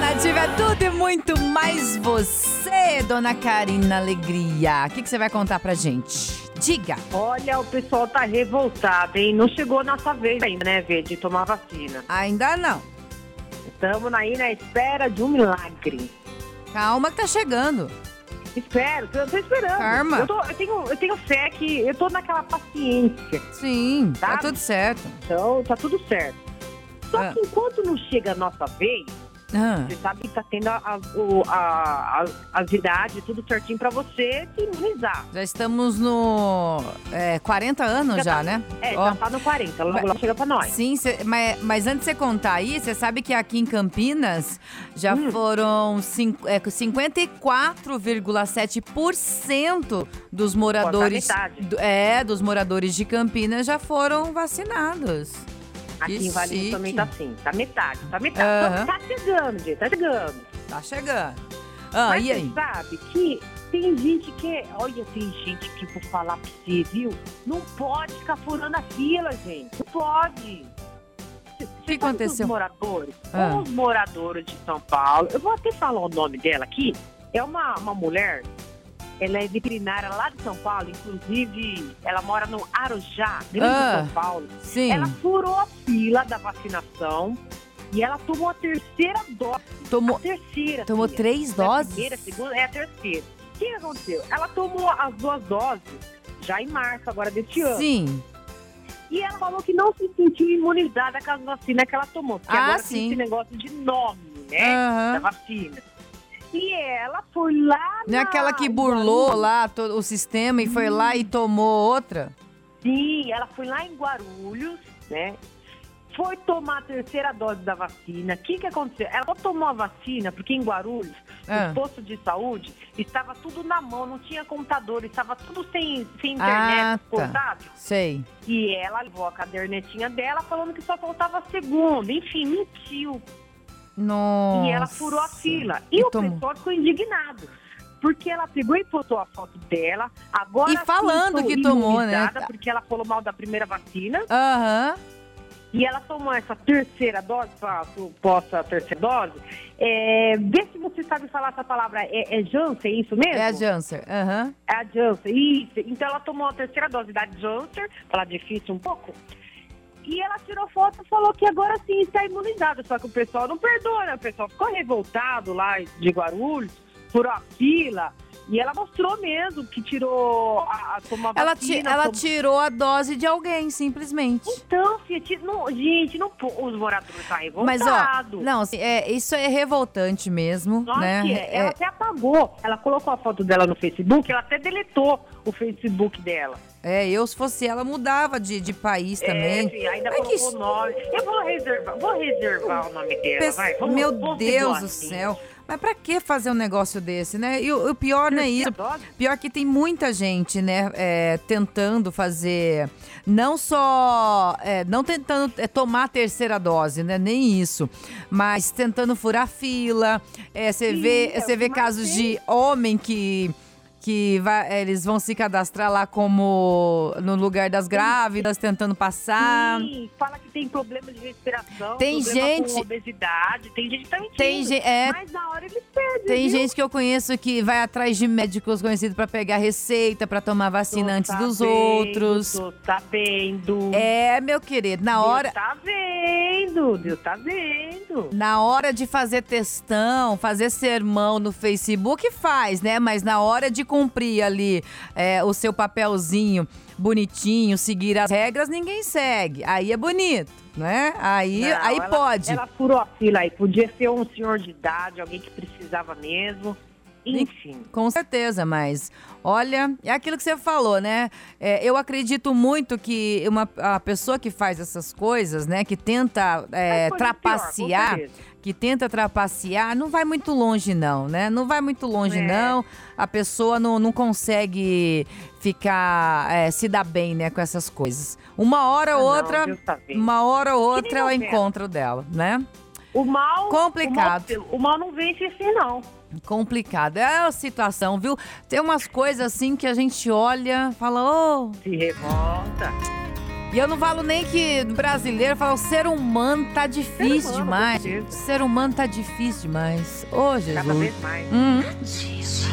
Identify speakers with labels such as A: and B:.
A: Nativa é tudo e muito mais você, dona Karina Alegria. O que, que você vai contar pra gente? Diga.
B: Olha, o pessoal tá revoltado, hein? Não chegou a nossa vez ainda, né, Vê, de tomar vacina.
A: Ainda não.
B: Estamos aí na espera de um milagre.
A: Calma que tá chegando.
B: Espero, eu tô esperando.
A: Karma.
B: Eu, tô- eu tenho, eu tenho fé que eu tô naquela paciência.
A: Sim, tá
B: Sabe?
A: tudo certo.
B: Então, tá tudo certo. Só
A: Ah.
B: que enquanto não chega a nossa vez,
A: Ah,
B: você sabe que tá tendo a, a, o- a, a, as idades, tudo certinho pra você se imunizar.
A: já estamos no é, 40 anos já,
B: Já tá-
A: né?
B: É,
A: Ó.
B: já tá no 40, logo,
A: Vai-
B: logo chega pra nós.
A: Sim, cê- mas, mas antes de você contar aí, você sabe que aqui em Campinas já
B: Hum.
A: foram cin- é, 54,7% dos moradores.
B: Quase a metade.
A: do- é, dos moradores de Campinas já foram vacinados.
B: Aqui
A: que
B: em Valinhos também
A: chique.
B: tá assim, tá metade, tá metade.
A: Aham.
B: Tá chegando, gente, tá chegando.
A: Tá chegando. Ah, e
B: Mas você
A: aí?
B: sabe que tem gente que. Olha, tem gente que por falar pra você, viu? Não pode ficar furando a fila, gente. Não pode. Você sabe que
A: aconteceu?
B: Os moradores,
A: Ah.
B: os moradores de São Paulo, eu vou até falar o nome dela aqui. É uma, uma mulher, ela é veterinária lá de São Paulo, inclusive ela mora no Arujá, grande
A: Ah.
B: São Paulo.
A: Sim.
B: Ela furou a fila da vacinação e ela tomou a terceira dose.
A: Tomou,
B: a terceira.
A: tomou
B: filha.
A: três
B: Não é a
A: doses?
B: primeira, a segunda, é a terceira. O que aconteceu? Ela tomou as duas doses já em março, agora deste ano.
A: Sim.
B: E ela falou que não se sentiu imunizada com a vacina que ela tomou. Porque
A: Ah,
B: agora
A: sim.
B: tem esse negócio de nome, né? Da
A: Aham.
B: vacina. E ela foi lá
A: Não é
B: na-
A: aquela que burlou lá todo o sistema e foi lá
B: Hum.
A: e tomou outra?
B: Sim, ela foi lá em Guarulhos, né? Foi tomar a terceira dose da vacina. O que, que aconteceu? Ela só tomou a vacina porque em Guarulhos,
A: Ah.
B: o posto de saúde, estava tudo na mão, não tinha computador, estava tudo sem, sem
A: Ah, tá.
B: internet, contato.
A: Sei.
B: E ela levou a cadernetinha dela falando que só faltava a segunda. Enfim, mentiu.
A: Nossa.
B: E ela furou a fila. E,
A: E
B: o
A: tomou.
B: pessoal ficou indignado. Porque ela pegou e postou a foto dela. Agora
A: E falando
B: sim, tô
A: que tomou, né?
B: imunizada, Porque ela falou mal da primeira vacina.
A: Aham.
B: E ela tomou essa terceira dose, pra- pro- posta a terceira dose. É, vê se você sabe falar essa palavra. É, é Janssen, é isso mesmo?
A: É a Janser. Aham.
B: É a Janssen, isso. Então ela tomou a terceira dose da Janssen, falar difícil um pouco. E ela tirou foto e falou que agora sim está imunizada. Só que o pessoal não perdoa, né? O pessoal ficou revoltado lá de Guarulhos, furou a fila. E ela mostrou mesmo que tirou a, a tomou a
A: Ela, ti-
B: vacina.
A: ela
B: tomou-
A: tirou a dose de alguém, simplesmente.
B: Então, filha, ti- não, gente, não, po- os moradores estão
A: Mas,
B: revoltados.
A: ó, não, assim, é, isso é revoltante mesmo,
B: Nossa,
A: né?
B: que é. ela até apagou. Ela colocou a foto dela no Facebook, ela até deletou o Facebook dela.
A: É, eu, se fosse ela, mudava de, de país também.
B: É, filha, ainda
A: Ai,
B: colocou
A: que
B: o nome. Eu vou reservar, vou reservar o nome dela,
A: Pes-
B: vai. Vamos,
A: Meu
B: vamos
A: Deus
B: segurar
A: do
B: assim.
A: céu. Mas pra que fazer um negócio desse, né? E o, o pior não é isso.
B: Dose?
A: Pior que tem muita gente, né, é, tentando fazer, não só, é, não tentando é, tomar a terceira dose, né, nem isso, mas tentando furar fila, é, você
B: Sim,
A: vê,
B: é o
A: você vê
B: que mais
A: casos
B: tem.
A: de homem que que vai- eles vão se cadastrar lá como no lugar das grávidas, tentando passar.
B: Sim, fala que tem problema de respiração,
A: Ah, Tem
B: problema
A: gente-
B: com obesidade, tem gente que tá mentindo.
A: Tem, gen- é,
B: Mas na hora eles perdem,
A: Tem
B: viu?
A: gente que eu conheço que vai atrás de médicos conhecidos pra pegar receita, pra tomar vacina
B: Tô
A: antes dos
B: sabendo,
A: outros.
B: Tô sabendo.
A: É, meu querido, na hora,
B: Deus tá vendo, Deus tá vendo.
A: na hora de fazer textão, fazer sermão no Facebook, faz, né? Mas na hora de cumprir ali é, o seu papelzinho bonitinho, seguir as regras, ninguém segue. Aí é bonito, né? Aí,
B: Não,
A: aí
B: ela-
A: pode.
B: Ela furou a fila aí. Podia ser um senhor de idade, alguém que precisava mesmo. Enfim.
A: Com certeza, mas olha, é aquilo que você falou, né? É, eu acredito muito que uma, a pessoa que faz essas coisas, né, que tenta é,
B: Mas pode ser pior, com
A: trapacear, é
B: certeza.
A: que tenta trapacear, não vai muito longe, não, né? Não vai muito longe,
B: É.
A: não. A pessoa não, não consegue ficar, é, se dar bem, né, com essas coisas. Uma hora
B: Ah,
A: ou
B: não,
A: outra,
B: Deus tá vendo.
A: uma hora ou
B: Que
A: outra
B: nem
A: é o
B: novela.
A: encontro dela, né?
B: O mal.
A: Complicado.
B: O mal, o mal não vence assim, não.
A: Complicado. É a situação, viu? Tem umas coisas assim que a gente olha, fala, ô,
B: Se revolta.
A: E eu não falo nem que brasileiro, eu falo, ser humano tá difícil
B: humano,
A: demais.
B: com certeza.
A: Ser humano tá difícil demais. Ô, Jesus.
B: Cada vez mais.
A: Hum.